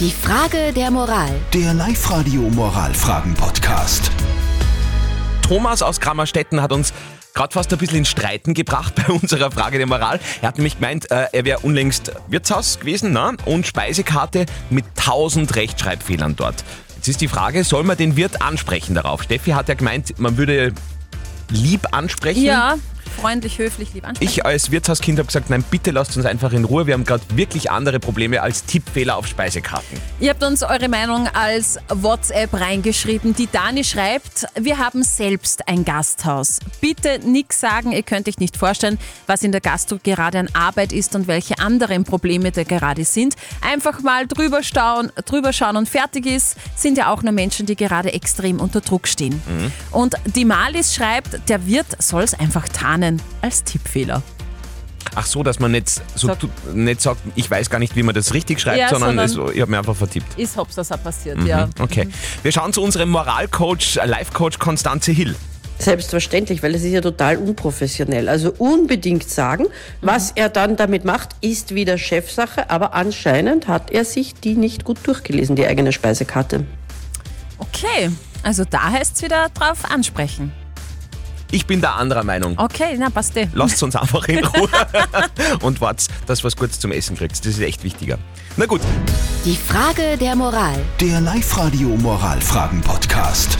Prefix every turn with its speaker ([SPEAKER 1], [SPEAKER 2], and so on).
[SPEAKER 1] Die Frage der Moral.
[SPEAKER 2] Der Live-Radio Moralfragen-Podcast.
[SPEAKER 3] Thomas aus Kramerstetten hat uns gerade fast ein bisschen in Streiten gebracht bei unserer Frage der Moral. Er hat nämlich gemeint, äh, er wäre unlängst Wirtshaus gewesen ne? und Speisekarte mit 1000 Rechtschreibfehlern dort. Jetzt ist die Frage, soll man den Wirt ansprechen darauf? Steffi hat ja gemeint, man würde lieb ansprechen.
[SPEAKER 4] Ja, freundlich, höflich, lieb ansprechen.
[SPEAKER 3] Ich als Wirtshauskind habe gesagt, nein, bitte lasst uns einfach in Ruhe. Wir haben gerade wirklich andere Probleme als Tippfehler auf Speisekarten.
[SPEAKER 4] Ihr habt uns eure Meinung als WhatsApp reingeschrieben. Die Dani schreibt, wir haben selbst ein Gasthaus. Bitte nix sagen, ihr könnt euch nicht vorstellen, was in der Gastro gerade an Arbeit ist und welche anderen Probleme da gerade sind. Einfach mal drüber, stauen, drüber schauen und fertig ist, sind ja auch nur Menschen, die gerade extrem unter Druck stehen.
[SPEAKER 3] Mhm.
[SPEAKER 4] Und die Malis schreibt, der Wirt soll es einfach tarnen als Tippfehler.
[SPEAKER 3] Ach so, dass man nicht, so,
[SPEAKER 4] Sag-
[SPEAKER 3] tu- nicht sagt, ich weiß gar nicht, wie man das richtig schreibt,
[SPEAKER 4] Ja,
[SPEAKER 3] sondern,
[SPEAKER 4] sondern-
[SPEAKER 3] es, ich habe mir einfach vertippt.
[SPEAKER 4] Ist hops, das passiert, ja.
[SPEAKER 3] Mhm. Okay. Wir schauen zu unserem Moralcoach, äh, Life-Coach Konstanze Hill.
[SPEAKER 5] Selbstverständlich, weil es ist ja total unprofessionell. Also unbedingt sagen, was er dann damit macht, ist wieder Chefsache, aber anscheinend hat er sich die nicht gut durchgelesen, die eigene Speisekarte.
[SPEAKER 4] Okay, also da heißt es wieder drauf ansprechen.
[SPEAKER 3] Ich bin da anderer Meinung.
[SPEAKER 4] Okay, na passt eh.
[SPEAKER 3] Lasst uns einfach in Ruhe und wart's, dass was kurz zum Essen kriegst. Das ist echt wichtiger. Na gut,
[SPEAKER 1] Die Frage der Moral.
[SPEAKER 2] Der Live-Radio Moralfragen-Podcast.